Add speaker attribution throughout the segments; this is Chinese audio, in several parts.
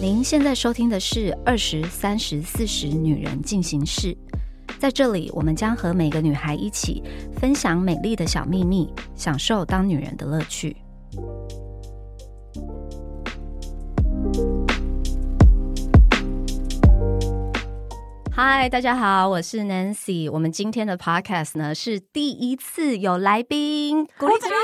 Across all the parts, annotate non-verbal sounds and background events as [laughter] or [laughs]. Speaker 1: 您现在收听的是《二十三十四十女人进行式》，在这里，我们将和每个女孩一起分享美丽的小秘密，享受当女人的乐趣。嗨，大家好，我是 Nancy。我们今天的 Podcast 呢是第一次有来宾，鼓励鼓掌！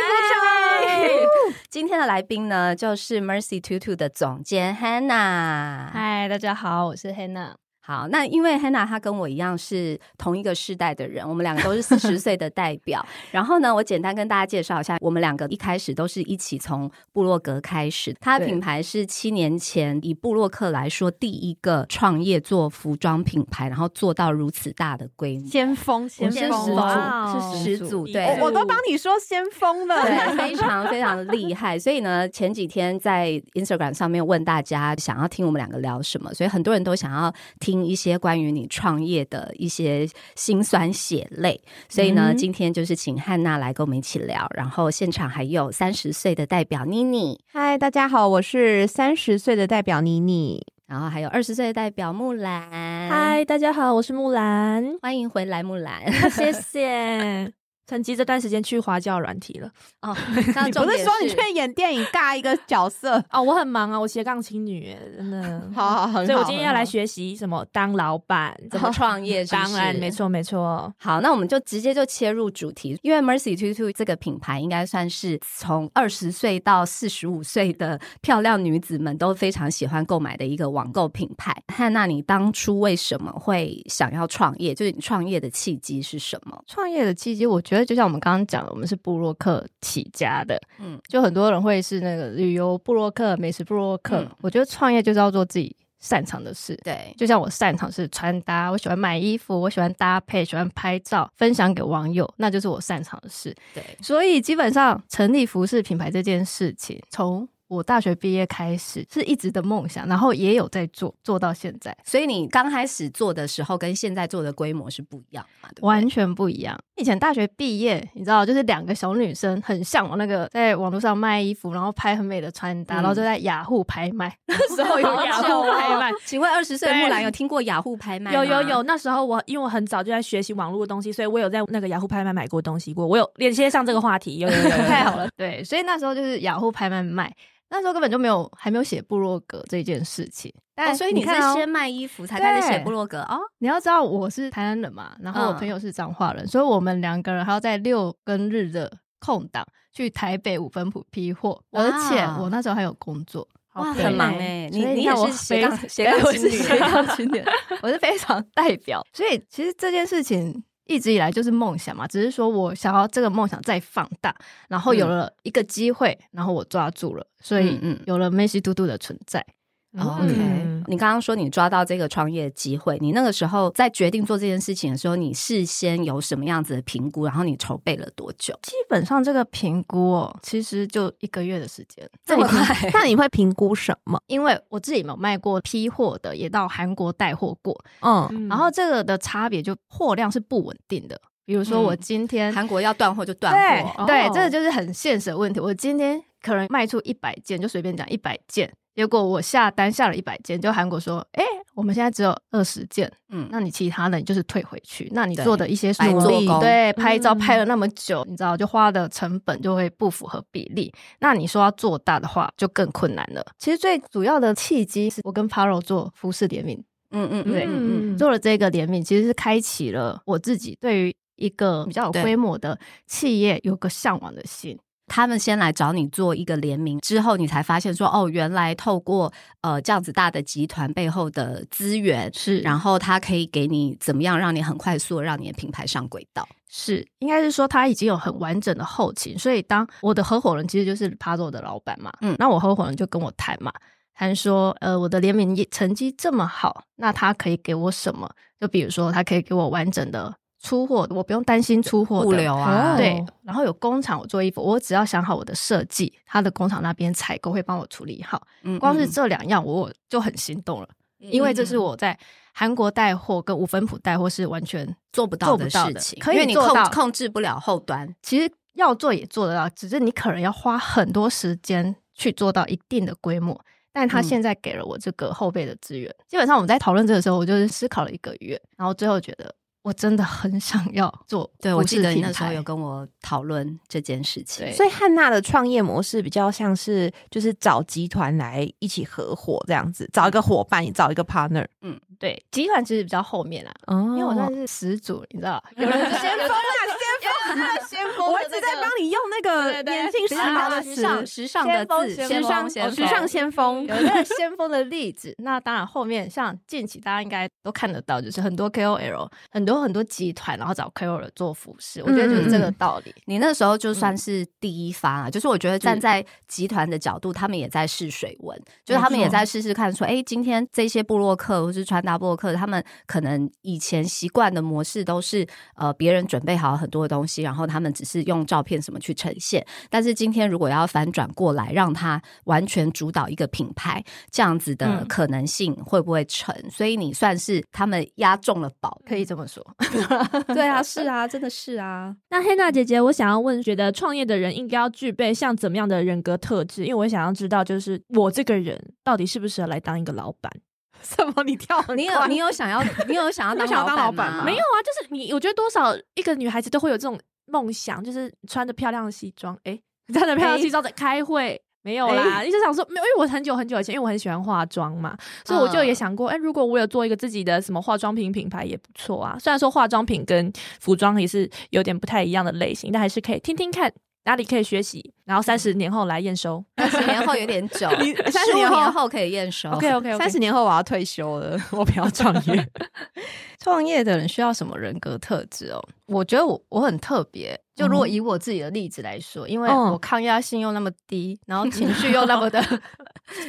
Speaker 1: 今天的来宾呢就是 Mercy Two Two 的总监 [laughs] Hannah。
Speaker 2: 嗨，大家好，我是 Hannah。
Speaker 1: 好，那因为 Hannah 她跟我一样是同一个世代的人，我们两个都是四十岁的代表。然后呢，我简单跟大家介绍一下，我们两个一开始都是一起从布洛格开始。她的
Speaker 2: 对
Speaker 1: 品牌是七年前以布洛克来说第一个创业做服装品牌，然后做到如此大的规模。
Speaker 3: 先锋，
Speaker 1: 我
Speaker 3: 先
Speaker 1: 们是
Speaker 2: 先
Speaker 1: 始
Speaker 2: 锋
Speaker 1: 祖，
Speaker 2: 哇哦
Speaker 1: 是始祖，对，
Speaker 3: 我我都帮你说先锋
Speaker 2: [laughs]
Speaker 3: 了。
Speaker 1: 对，非常非常的厉害。所以呢，前几天在 Instagram 上面问大家想要听我们两个聊什么，所以很多人都想要听一些关于你创业的一些辛酸血泪。所以呢，
Speaker 2: 嗯
Speaker 1: 今天就是请汉娜来跟我们一起聊，然后现场还有三十岁的代表妮妮，
Speaker 3: [laughs] 嗨，大家好，我是三十岁的代表妮妮。
Speaker 1: 然后还有二十岁的代表木兰。，，
Speaker 2: 嗨，大家好，我是木兰
Speaker 1: 欢迎回来，木兰。 [laughs]
Speaker 2: 谢谢。趁机这段时间去花教软体了 [laughs]
Speaker 1: 哦，刚刚
Speaker 3: 不
Speaker 1: 重
Speaker 3: 是
Speaker 1: 点
Speaker 3: 说你去演电影尬一个角色？
Speaker 2: 哦，我很忙啊，我斜杠青女耶，真 [laughs] 的。
Speaker 3: 好好，很好。
Speaker 2: 所以我今天要来
Speaker 3: 很好
Speaker 2: 学习什么当老板，
Speaker 1: 怎么创业是不是
Speaker 2: 当然，没错没错。
Speaker 1: 好，那我们就直接就切入主题，因为 Mercy Two Two 这个品牌应该算是从二十岁到四十五岁的漂亮女子们都非常喜欢购买的一个网购品牌。汉娜，你当初为什么会想要创业？就是你创业的契机是什么？
Speaker 4: 创业的契机，我觉得就像我们刚刚讲的，我们是布洛克起家的，
Speaker 1: 嗯，
Speaker 4: 就很多人会是那个旅游布洛克、美食布洛克。
Speaker 1: 嗯
Speaker 4: 我觉得创业就是要做自己擅长的事。
Speaker 1: 对，
Speaker 4: 就像我擅长是穿搭，我喜欢买衣服，我喜欢搭配，喜欢拍照，分享给网友，那就是我擅长的事。
Speaker 1: 对，
Speaker 4: 所以基本上成立服饰品牌这件事情，从我大学毕业开始是一直的梦想，然后也有在做，做到现在，
Speaker 1: 所以你刚开始做的时候跟现在做的规模是不一样嘛？对不对
Speaker 4: 完全不一样。以前大学毕业，你知道，就是两个小女生很向往那个在网络上卖衣服，然后拍很美的穿搭，
Speaker 1: 嗯
Speaker 4: 然后就在雅虎拍卖。那时候有雅
Speaker 2: 好久
Speaker 4: 虎
Speaker 2: 哦
Speaker 4: 拍卖，
Speaker 1: 请问二十岁的
Speaker 4: 对
Speaker 1: 木兰有听过雅虎拍卖？
Speaker 2: 有有有，，那时候我因为我很早就在学习网络的东西，所以我有在那个雅虎拍卖买过东西过，我有连接上这个话题，有有 [laughs] 有，
Speaker 4: 太好了。 [laughs] 对，所以那时候就是雅虎拍卖卖，那时候根本就没有还没有写部落格这件事情。但、
Speaker 1: 哦，所以你是
Speaker 4: 看哦
Speaker 1: 先卖衣服才开始写
Speaker 4: 对
Speaker 1: 部落格哦。
Speaker 4: 你要知道我是台南人嘛，然后我
Speaker 1: 嗯
Speaker 4: 朋友是彰化人，所以我们两个人还要在六跟日的空档去台北五分埔批货，
Speaker 1: 哇
Speaker 4: 而且我那时候还有工作，
Speaker 1: 哇，
Speaker 4: 对
Speaker 1: 很忙哎、你
Speaker 4: 所以
Speaker 1: 你也
Speaker 4: 看我
Speaker 1: 是斜
Speaker 4: 非 [laughs]
Speaker 1: 杠斜
Speaker 4: 对
Speaker 1: 杠
Speaker 4: 我
Speaker 1: 青
Speaker 4: 是
Speaker 1: 女
Speaker 4: 斜杠青年，我是非常代表。所以其实这件事情一直以来就是梦想嘛，只是说我想要这个梦想再放大，然后有了一个机会，然后我抓住了，所以
Speaker 1: 嗯嗯嗯
Speaker 4: 有了梅西嘟嘟的存在。
Speaker 1: 哦
Speaker 4: 嗯
Speaker 1: OK，、你刚刚说你抓到这个创业机会，你那个时候在决定做这件事情的时候，你事先有什么样子的评估？然后你筹备了多久？
Speaker 4: 基本上这个评估哦，其实就一个月的时间。
Speaker 1: 这么快？
Speaker 3: 那你会评估什么？
Speaker 4: 因为我自己有卖过批货的，也到韩国带货过，
Speaker 3: 嗯，
Speaker 4: 然后这个的差别就货量是不稳定的。比如说我今天、
Speaker 1: 韩国要断货就断货，
Speaker 2: 哦
Speaker 4: 对，这个就是很现实的问题。我今天可能卖出一百件，就随便讲一百件，结果我下单下了一百件，就韩国说，哎、我们现在只有二十件，
Speaker 1: 嗯，
Speaker 4: 那你其他的你就是退回去，那你
Speaker 1: 对
Speaker 4: 做的一些
Speaker 1: 白
Speaker 4: 努
Speaker 1: 做
Speaker 4: 力
Speaker 1: 工，
Speaker 4: 对，拍照
Speaker 2: 嗯
Speaker 4: 拍了那么久，你知道就花的成本就会不符合比例。那你说要做大的话，就更困难了。其实最主要的契机是我跟 Paro 做服饰联名，
Speaker 1: 嗯嗯
Speaker 4: 对
Speaker 1: 嗯嗯
Speaker 4: 做了这个联名，其实是开启了我自己对于一个比较有
Speaker 1: 对
Speaker 4: 规模的企业有个向往的心。
Speaker 1: 他们先来找你做一个联名，之后你才发现说，哦，原来透过呃这样子大的集团背后的资源，
Speaker 4: 是然
Speaker 1: 然
Speaker 4: 后
Speaker 1: 后它可以给你怎么样，让你很快速地让你的品牌上轨道。
Speaker 4: 是应该是说他已经有很完整的后勤，所以当我的合伙人其实就是 Puzzle 的老板嘛，
Speaker 1: 嗯
Speaker 4: 嗯，那我合伙人就跟我谈嘛，他说，呃，我的联名业成绩这么好，那他可以给我什么？就比如说，他可以给我完整的出货，我不用担心出货的
Speaker 1: 物流啊，
Speaker 3: 哦
Speaker 4: 对，然后有工厂我做衣服，我只要想好我的设计，他的工厂那边采购会帮我处理好。
Speaker 1: 嗯，
Speaker 4: 光是
Speaker 1: 嗯
Speaker 4: 这两样，我就很心动了，因为这是我在韩国带货跟五分埔带货是完全
Speaker 1: 做不到
Speaker 4: 做不
Speaker 1: 的
Speaker 4: 到
Speaker 1: 事
Speaker 4: 的
Speaker 1: 情，
Speaker 4: 可以
Speaker 1: 因为你
Speaker 4: 做
Speaker 1: 控
Speaker 4: 到
Speaker 1: 控制不了后端。
Speaker 4: 其实要做也做得到，只是你可能要花很多时间去做到一定的规模。但
Speaker 1: 嗯
Speaker 4: 他现在给了我这个后辈的资源。基本上我们在讨论这个时候，我就是思考了一个月，然后最后觉得我真的很想要做
Speaker 1: 对，我
Speaker 4: 服
Speaker 1: 记
Speaker 4: 饰
Speaker 1: 得你
Speaker 4: 品
Speaker 1: 那时候
Speaker 4: 牌
Speaker 1: 有跟我讨论这件事情。
Speaker 4: 对
Speaker 3: 所以汉娜的创业模式比较像是就是找集团来一起合伙这样子，找一个伙伴，找一个 partner。
Speaker 4: 对集团其实比较后面啊，
Speaker 3: 哦，
Speaker 4: 因
Speaker 3: 因
Speaker 4: 为我算是始祖，你
Speaker 1: [laughs]
Speaker 4: 知道，有人
Speaker 3: 先锋啊，先锋啊，先锋！我一直在帮你用那个
Speaker 4: 对对对
Speaker 3: 年轻时
Speaker 1: 时
Speaker 3: 髦
Speaker 1: 尚
Speaker 3: 的
Speaker 1: 的时尚
Speaker 3: 词，
Speaker 1: 时尚的字，
Speaker 4: 先哦
Speaker 3: 时尚
Speaker 1: 锋先
Speaker 3: 时尚
Speaker 1: 锋
Speaker 3: 先锋
Speaker 4: 有。那个先锋的例子，那当然后面像近期大家应该都看得到，就是很多 KOL，很多很多集团，然后找 KOL 做服饰，我觉得就是这个道理。
Speaker 1: 你那时候就算是第一发啊，就是我觉得站在集团的角度，他们也在试水温，就是他们也在试试看说，哎、今天这些布洛克或是穿搭布洛克，他们可能以前习惯的模式都是呃别人准备好很多的东西，然后他们只是用照片什么去呈现，但是今天如果要反转过来，让它完全主导一个品牌，这样子的
Speaker 4: 嗯
Speaker 1: 可能性会不会成？所以你算是他们压中了宝。
Speaker 4: 可以这么说，
Speaker 1: 对啊，是啊，真的是啊。
Speaker 2: 那黑娜姐姐，我想要问，觉得创业的人应该要具备像怎么样的人格特质？因为我想要知道，就是我这个人到底适不适合来当一个老板？
Speaker 3: 什么？你跳很
Speaker 1: 你有
Speaker 3: 快
Speaker 1: 你有想要你有想要当
Speaker 3: [laughs] 你想要当老板
Speaker 1: 板
Speaker 3: 吗
Speaker 1: 吗？
Speaker 2: 没有啊，就是你，我觉得多少一个女孩子都会有这种梦想，就是穿着漂亮的西装，诶，穿着漂亮的西装在开会。没有啦，一直想说没有，因为我很久很久以前，因为我很喜欢化妆嘛，所以我就也想过，哎、如果我有做一个自己的什么化妆品品牌也不错啊。虽然说化妆品跟服装也是有点不太一样的类型，但还是可以听听看哪里可以学习，然后三十年后来验收。
Speaker 1: 三十年后有点久，三
Speaker 3: 30年后
Speaker 1: 年后可以验收。
Speaker 2: OK OK
Speaker 3: [laughs]
Speaker 2: OK，
Speaker 3: 三十年后我要退休了， [laughs] 我不要创业。
Speaker 4: 创业的人需要什么人格特质哦？我觉得我我很特别。就如果以我自己的例子来说，因为
Speaker 3: 嗯
Speaker 4: 我抗压性又那么低，然后情绪又那么的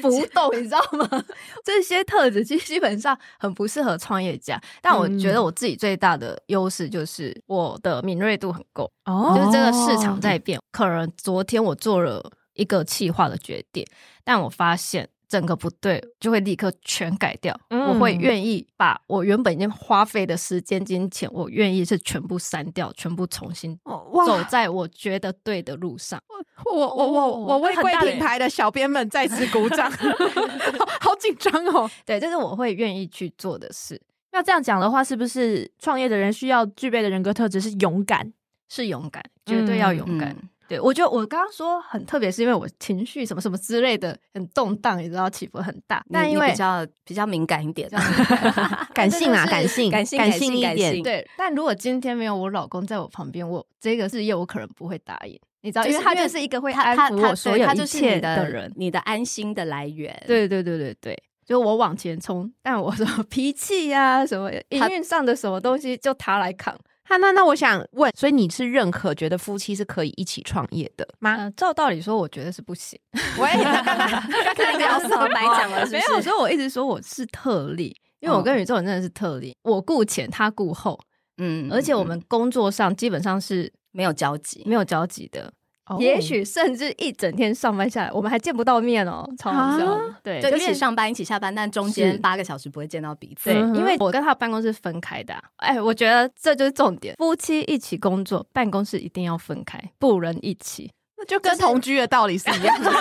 Speaker 4: 浮动，你知道吗？ [laughs] 这些特质基基本上很不适合创业家。但我觉得我自己最大的优势就是我的敏锐度很够。
Speaker 2: 哦
Speaker 4: 就是这个市场在变。可能昨天我做了一个企划的决定，但我发现整个不对，就会立刻全改掉。
Speaker 2: 嗯
Speaker 4: 我会愿意把我原本已经花费的时间、金钱，我愿意是全部删掉，全部重新
Speaker 3: [laughs] 哦
Speaker 4: 走
Speaker 3: 哇！
Speaker 4: 在我觉得对的路上。
Speaker 3: 我我我我为
Speaker 2: 很
Speaker 3: 贵
Speaker 2: 大的
Speaker 3: 品牌的小编们再次鼓 [laughs] 掌，好好紧张哦。
Speaker 4: 对，这是我会愿意去做的事，
Speaker 2: 那这样讲的话，是不是创业的人需要具备的人格特质是勇敢？
Speaker 4: 是勇敢，绝对要勇敢。
Speaker 1: 嗯
Speaker 4: 对，我觉得我刚刚说很特别，是因为我情绪什么什么之类的很动荡，你知道起伏很大。
Speaker 1: 那
Speaker 4: 但
Speaker 1: 因
Speaker 4: 因
Speaker 1: 为
Speaker 4: 为
Speaker 1: 比较比较敏感一点， [laughs]
Speaker 3: 感性啊，
Speaker 4: 这就是
Speaker 3: 感性，
Speaker 1: 感性
Speaker 3: 感
Speaker 1: 感性
Speaker 3: 一
Speaker 1: 感
Speaker 3: 点
Speaker 1: 性。
Speaker 4: 对，但如果今天没有我老公在我旁边，我这个事业我可能不会答应，你知道，
Speaker 1: 就
Speaker 4: 因
Speaker 1: 是
Speaker 4: 为他
Speaker 1: 因为
Speaker 4: 就是一个会
Speaker 1: 他
Speaker 4: 安
Speaker 1: 他
Speaker 4: 抚
Speaker 1: 他
Speaker 4: 我所
Speaker 1: 对
Speaker 4: 有
Speaker 1: 他
Speaker 4: 一
Speaker 1: 就是你
Speaker 4: 切
Speaker 1: 的
Speaker 4: 人。
Speaker 1: 你的安心的来源。，
Speaker 4: [laughs] 对对对对对，就我往前冲，但我什么 [laughs] 脾气呀、什么营
Speaker 3: 他
Speaker 4: 运上的什么东西，就他来扛。
Speaker 3: [laughs] 哈，那那我想问，所以你是认可觉得夫妻是可以一起创业的吗？ [laughs]
Speaker 4: 嗯，照道理说，我觉得是不行。
Speaker 3: 我也刚刚刚
Speaker 1: 看 [laughs] 聊什么白讲了，是
Speaker 4: 啊没
Speaker 1: 不
Speaker 4: 有，
Speaker 1: 是？
Speaker 4: 所以我一直说我是特例，因为我跟宇宙人真的是特例，我顾前，他顾后，
Speaker 1: 嗯
Speaker 4: 而且我们工作上基本上是
Speaker 1: 没有交集。
Speaker 4: 没有交集的。也许甚至一整天上班下来，我们还见不到面哦，超好笑的。对，
Speaker 1: 就一
Speaker 4: 因
Speaker 1: 起
Speaker 4: 为
Speaker 1: 上班，一起下班，但中
Speaker 4: 是
Speaker 1: 间八个小时不会见到彼此
Speaker 4: 对。，
Speaker 2: 嗯哼
Speaker 4: 因为我跟他办公室分开的啊、哎，我觉得这就是重点。夫妻一起工作，办公室一定要分开，不能一起。
Speaker 3: 那就跟同居的道理是一 [laughs] 样的。
Speaker 1: 就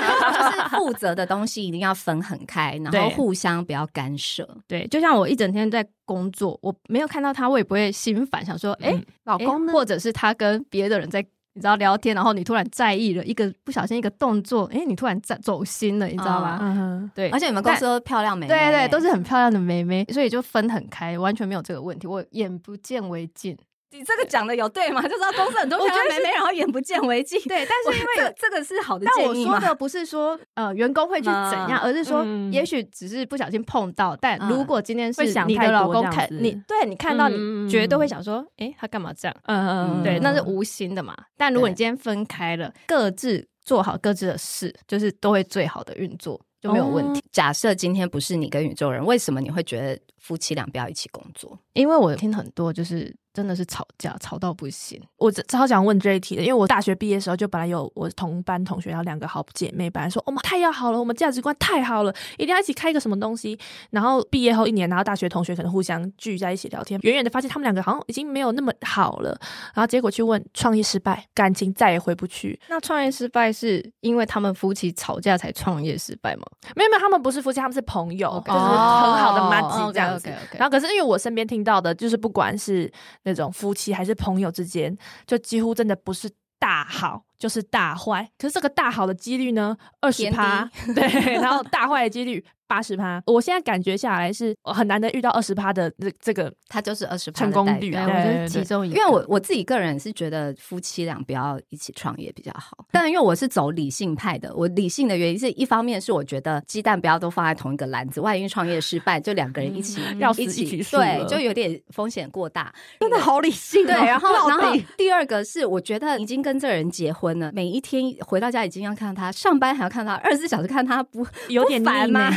Speaker 1: 是负责的东西一定要分很开，然后
Speaker 4: 对
Speaker 1: 互相不要干涉。
Speaker 4: 对，就像我一整天在工作，我没有看到他，我也不会心烦，想说，哎、
Speaker 2: 嗯
Speaker 3: 老
Speaker 4: 哎
Speaker 3: 公呢？
Speaker 4: 或者是他跟别的人在。你知道聊天，然后你突然在意了一个不小心一个动作，哎，你突然在走心了，你知道吗？
Speaker 2: 嗯哼，
Speaker 4: 对，
Speaker 1: 而且你们公司都漂亮美，
Speaker 4: 对对，都是很漂亮的妹妹，所以就分很开，完全没有这个问题。我眼不见为净，
Speaker 1: 你这个讲的有对吗？ [laughs] 就知道公司很多
Speaker 4: 我觉
Speaker 1: 漂
Speaker 4: 得
Speaker 1: 亮妹妹，然后眼不见为净。
Speaker 4: 对，但是因为
Speaker 1: 这这个是好的
Speaker 4: 但我
Speaker 1: 建议
Speaker 4: 说
Speaker 1: [laughs] 吗？
Speaker 4: 的不是说呃员工会去怎样，
Speaker 1: 嗯
Speaker 4: 而是说
Speaker 2: 嗯
Speaker 4: 也许只是不小心碰到，但
Speaker 1: 嗯
Speaker 4: 如果今天是
Speaker 2: 会想
Speaker 4: 你
Speaker 2: 太
Speaker 4: 的
Speaker 2: 多
Speaker 4: 老公
Speaker 2: 这样
Speaker 4: 看
Speaker 2: 子
Speaker 4: 你，对你看到
Speaker 2: 嗯嗯嗯
Speaker 4: 你绝对会想说，诶，他干嘛这样？
Speaker 2: 嗯
Speaker 4: 对，那是
Speaker 2: 我
Speaker 4: 无心的嘛。但如果你今天分开了，各自做好各自的事，就是都会最好的运作，就没有问题。
Speaker 1: 假设今天不是你跟宇宙人，为什么你会觉得夫妻俩不要一起工作？
Speaker 4: 因为我听很多就是真的是吵架，吵到不行。
Speaker 2: 我只超想问这一题的，因为我大学毕业的时候就本来有我同班同学，然后两个好姐妹，本来说、哦我们太要好了，我们价值观太好了，一定要一起开一个什么东西。然后毕业后一年，然后大学同学可能互相聚在一起聊天，远远的发现他们两个好像已经没有那么好了。然后结果去问创业失败，感情再也回不去。
Speaker 4: 那创业失败是因为他们夫妻吵架才创业失败吗？
Speaker 2: 没有没有，他们不是夫妻，他们是朋友
Speaker 4: OK
Speaker 2: 就是很好的
Speaker 3: 哦
Speaker 2: m a
Speaker 4: OK，OK，OK
Speaker 2: 这样子。然后可是因为我身边听到的，就是不管是那种夫妻还是朋友之间，就几乎真的不是大好就是大坏。可是这个大好的几率呢，二十
Speaker 1: 偏
Speaker 3: [laughs]
Speaker 2: 趴，对，然后大坏的几率八十趴。我现在感觉下来是我很难得遇到二十趴的这这个
Speaker 1: 它就是二十
Speaker 2: 成功率
Speaker 1: 对，
Speaker 2: 啊
Speaker 1: 我
Speaker 2: 对
Speaker 1: 觉
Speaker 2: 对
Speaker 1: 得
Speaker 2: 对
Speaker 4: 其中一
Speaker 1: 因
Speaker 4: 个，
Speaker 1: 为我我自己个人是觉得夫妻俩不要一起创业比较好，但因为我是走理性派的，我理性的原因是一方面是我觉得鸡蛋不要都放在同一个篮子，万一创业失败，就两个人一起、
Speaker 2: 嗯要死
Speaker 1: 一起
Speaker 2: 一起输
Speaker 1: 对
Speaker 2: 了，
Speaker 1: 就有点风险过大。
Speaker 3: 真的好理性、哦。
Speaker 1: 对，
Speaker 3: [laughs]
Speaker 1: 然后
Speaker 3: 到
Speaker 1: 然后
Speaker 3: 底
Speaker 1: 第二个是，我觉得已经跟这个人结婚了，每一天回到家已经要看到他，上班还要看到他，二十四小时看到他不
Speaker 2: 有点
Speaker 1: 不
Speaker 2: 腻
Speaker 1: 烦吗
Speaker 2: 吗？？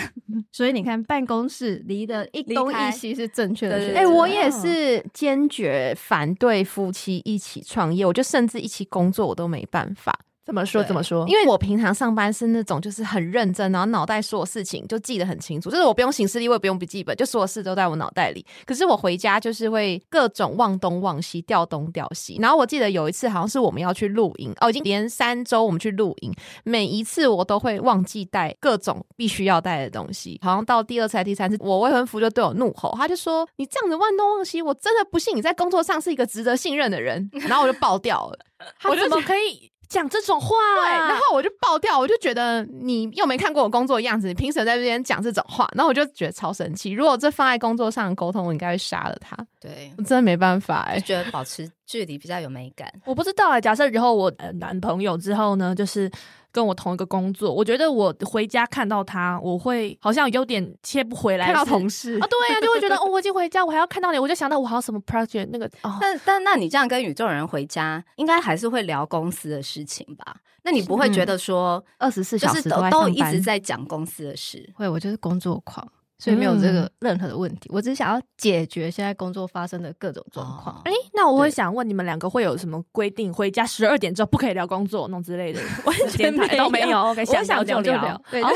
Speaker 4: 所以你看办公室离的一
Speaker 1: 离
Speaker 4: 东
Speaker 1: 开
Speaker 4: 一西是正确的
Speaker 1: 对对
Speaker 4: 选择。
Speaker 3: 哎、
Speaker 1: 对
Speaker 3: 我也是坚决反对夫妻一起创业，我就甚至一起工作我都没办法。
Speaker 2: 怎么说
Speaker 1: 对
Speaker 2: 怎么说？
Speaker 3: 因为我平常上班是那种就是很认真，然后脑袋所有事情就记得很清楚，就是我不用行事历，我也不用笔记本，就所有事都在我脑袋里。可是我回家就是会各种忘东忘西，调东调西。然后我记得有一次好像是我们要去露营，哦，已经连三周我们去露营，每一次我都会忘记带各种必须要带的东西。好像到第二次、还是第三次，我未婚夫就对我怒吼，他就说：“你这样子忘东忘西，我真的不信你在工作上是一个值得信任的人。” [laughs] 然后我就爆掉了。
Speaker 2: [laughs] 他
Speaker 3: 我就
Speaker 2: 怎么可以讲这种话啊？
Speaker 3: 对，然后我就爆掉，我就觉得你又没看过我工作的样子，你凭什么在这边讲这种话？然后我就觉得超生气。如果这放在工作上的沟通，我应该会杀了他。
Speaker 1: 对，
Speaker 3: 我真的没办法
Speaker 1: [laughs]
Speaker 3: 哎、
Speaker 1: 就觉得保持距离比较有美感。
Speaker 2: 我不知道哎、假设以后我呃男朋友之后呢，就是跟我同一个工作，我觉得我回家看到他，我会好像有点切不回来，
Speaker 3: 看到
Speaker 2: 是
Speaker 3: 同事
Speaker 2: 啊，对呀、就会觉得哦，我已经回家，我还要看到你，我就想到我还有什么 project 那个哦，
Speaker 1: 但但那你这样跟宇宙人回家，应该还是会聊公司的事情吧？那你不会
Speaker 4: 嗯
Speaker 1: 觉得说，
Speaker 3: 二十四
Speaker 1: 就
Speaker 3: 小
Speaker 1: 是
Speaker 3: 时
Speaker 1: 都
Speaker 3: 在
Speaker 1: 都
Speaker 3: 上
Speaker 1: 一直
Speaker 3: 班，嗯
Speaker 1: 在讲公司的事？
Speaker 4: 会，我就是工作狂，所以没有这个任何的问题。我只是想要解决现在工作发生的各种状况。
Speaker 2: 哎、那我会
Speaker 4: 对
Speaker 2: 想问你们两个会有什么规定？回家十二点之后不可以聊工作那种之类 [laughs] 的，完
Speaker 4: 全没有
Speaker 2: 都没有。OK，
Speaker 4: 我
Speaker 2: 想
Speaker 4: 想
Speaker 2: 聊
Speaker 4: 聊就
Speaker 2: 聊
Speaker 4: 聊。对 [laughs]
Speaker 2: 哦，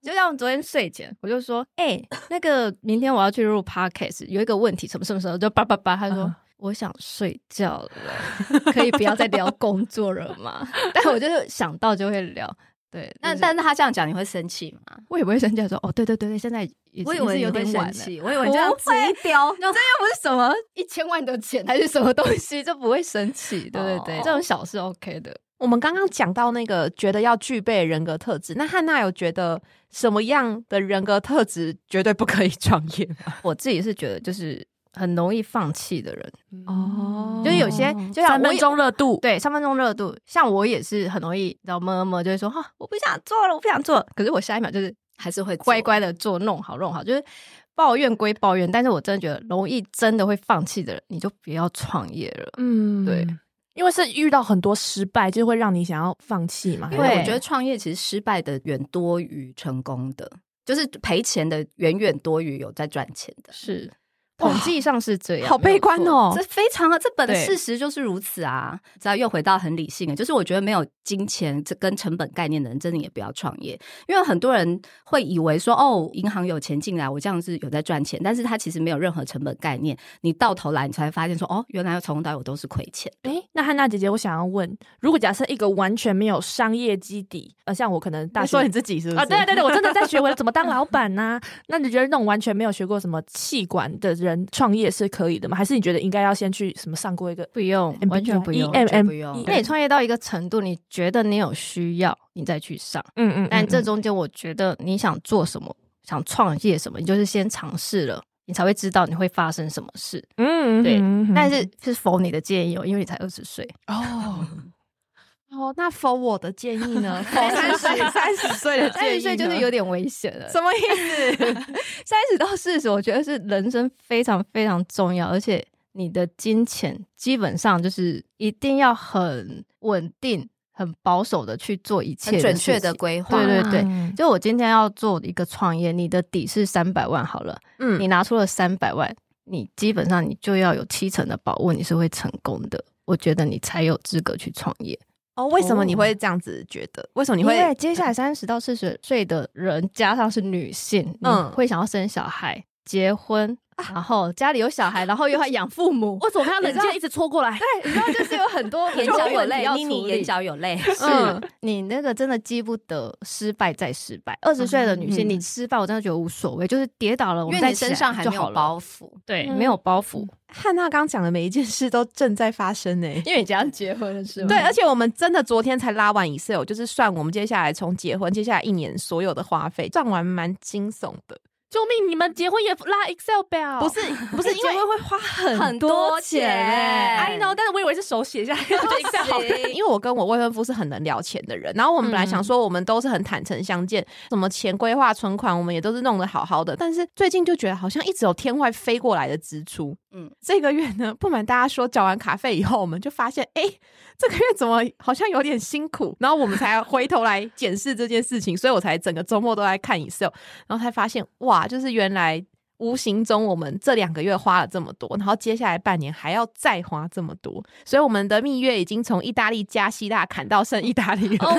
Speaker 4: 就像昨天睡前，我就说：“哎、那个明天我要去录 podcast，有一个问题，什么什么什么，就叭叭叭。”他说：“
Speaker 2: 嗯
Speaker 4: 我想睡觉了，可以不要再聊工作了吗？” [laughs] 但我就是想到就会聊。对，
Speaker 1: 那
Speaker 4: 就是
Speaker 1: 但是他这样讲，你会生气吗？
Speaker 4: 我也不会生气地说：“哦，对对对对，现在已经是有点晚了。”，
Speaker 1: 我以为
Speaker 4: 你这样
Speaker 1: 子一丢，
Speaker 4: 这又不是什么一千万的钱还是什么东西，就不会生气，对对对，
Speaker 1: 哦
Speaker 4: 这种小事 OK 的。
Speaker 3: 我们刚刚讲到那个觉得要具备人格特质，那汉娜有觉得什么样的人格特质绝对不可以创业吗？
Speaker 4: 我自己是觉得就是很容易放弃的人，
Speaker 2: 嗯
Speaker 3: 哦
Speaker 4: 就是有些就像
Speaker 2: 三
Speaker 4: 我
Speaker 2: 分
Speaker 4: 也
Speaker 2: 钟热度，
Speaker 4: 对三分钟热度，像我也是很容易，然后么么就会说哈、我不想做了，我不想做了，可是我下一秒就是
Speaker 1: 还是会做
Speaker 4: 乖。乖的做，弄好弄好，就是抱怨归抱怨，但是我真的觉得容易真的会放弃的人，你就不要创业了。
Speaker 2: 嗯
Speaker 4: 对，
Speaker 2: 因为是遇到很多失败，就会让你想要放弃嘛。
Speaker 1: 因
Speaker 4: 对
Speaker 1: 为我觉得创业其实失败的远多于成功的，就是赔钱的远远多于有在赚钱的。
Speaker 4: 是，
Speaker 3: 哇
Speaker 4: 统计上是这样，
Speaker 3: 好悲观哦
Speaker 1: 这非常啊，这本
Speaker 4: 对
Speaker 1: 事实就是如此啊！只要又回到很理性的，就是我觉得没有金钱这跟成本概念的人，真的也不要创业，因为很多人会以为说哦，银行有钱进来，我这样是有在赚钱，但是他其实没有任何成本概念。你到头来，你才会发现说哦，原来从头到尾我都是亏钱。
Speaker 2: 诶，那汉娜姐姐，我想要问，如果假设一个完全没有商业基底，呃，像我可能大
Speaker 3: 你
Speaker 2: 学
Speaker 3: 说你自己是不是？[laughs]
Speaker 2: 啊，对对对，我真的在学我怎么当老板呐、那你觉得那种完全没有学过什么气管的人创业是可以的吗？还是你觉得应该要先去什么上过一个
Speaker 4: 不用，完全哎不用。
Speaker 2: E M
Speaker 1: 完全
Speaker 2: M
Speaker 1: 不用
Speaker 4: 那你创业到一个程度，你觉得你有需要，你再去 [clears throat] 上。
Speaker 2: 嗯嗯，
Speaker 4: 但这
Speaker 2: 嗯
Speaker 4: 中间，我觉得你想做什么，想创业什么，你就是先尝试了，你才会知道你会发生什么事。
Speaker 2: 嗯嗯
Speaker 4: 对
Speaker 2: 嗯嗯
Speaker 4: 但是是否你的建议哦，因为你才二十岁，
Speaker 2: 哦，
Speaker 3: 哦，那否我的建议 [laughs] 呢？否三十三十岁 [laughs] 的
Speaker 4: 三十
Speaker 3: 建议呢，
Speaker 4: 岁就是有点危险了。
Speaker 3: 什么意思？
Speaker 4: 三十到四十，我觉得是人生非常非常重要，而且你的金钱基本上就是一定要很稳定、很保守的去做一切
Speaker 1: 很准确
Speaker 4: 事情
Speaker 1: 的规划，
Speaker 4: 对对对
Speaker 2: 嗯。
Speaker 4: 就我今天要做一个创业，你的底是三百万好了，
Speaker 3: 嗯
Speaker 4: 你拿出了三百万，你基本上你就要有七成的把握你是会成功的，我觉得你才有资格去创业。
Speaker 3: 哦，为什么你会这样子觉得？为什么你
Speaker 4: 因
Speaker 3: 会？
Speaker 4: 为接下来三十到四十岁的人，加上是女性，
Speaker 3: 嗯
Speaker 4: 嗯，会想要生小孩、结婚，
Speaker 1: 啊
Speaker 4: 然后家里有小孩，然后又要养父母
Speaker 1: [laughs]
Speaker 2: 为什么看到冷箭一直戳过来？
Speaker 4: 对，你知道就是有很多
Speaker 1: 眼角有泪
Speaker 4: 要处
Speaker 1: 妮妮眼
Speaker 4: 理。
Speaker 1: 角有泪。
Speaker 3: 嗯
Speaker 4: 是你那个真的记不得失败再失败。二十岁的女性，
Speaker 1: 嗯
Speaker 4: 你失败我真的觉得无所谓，就是跌倒 [laughs] 了，我
Speaker 1: 因为
Speaker 4: 们再
Speaker 1: 你
Speaker 4: 起
Speaker 1: 身
Speaker 4: 来
Speaker 1: 上还
Speaker 4: 就
Speaker 1: 没有
Speaker 4: 好了，
Speaker 1: 包袱，
Speaker 4: 对，
Speaker 2: 嗯
Speaker 4: 没有包袱，
Speaker 3: 汉娜刚讲的每一件事都正在发生呢、
Speaker 4: 因为你这样结婚了是吗？
Speaker 3: 对，而且我们真的昨天才拉完 Excel，就是算我们接下来从结婚接下来一年所有的花费，算完蛮惊悚的。
Speaker 2: 救命！你们结婚也拉 Excel 表？
Speaker 3: 不是不是，因为哎会花很哎
Speaker 1: 很多钱
Speaker 2: ，I know，但是我以为是
Speaker 3: [laughs]
Speaker 2: 手写下来的 Excel 表。
Speaker 3: 因为我跟我未婚夫是很能聊钱的人，然后我们本来想说我们都是很坦诚相见，什么钱规划、存款，我们也都是弄得好好的。但是最近就觉得好像一直有天外飞过来的支出。嗯
Speaker 1: 嗯，
Speaker 3: 这个月呢，不瞒大家说，缴完卡费以后，我们就发现，哎、这个月怎么好像有点辛苦？然后我们 [laughs] 才回头来检视这件事情，所以我才整个周末都在看 Excel，然后才发现，哇，就是原来。无形中，我们这两个月花了这么多，然后接下来半年还要再花这么多，所以我们的蜜月已经从意大利加希腊砍到剩意大利了。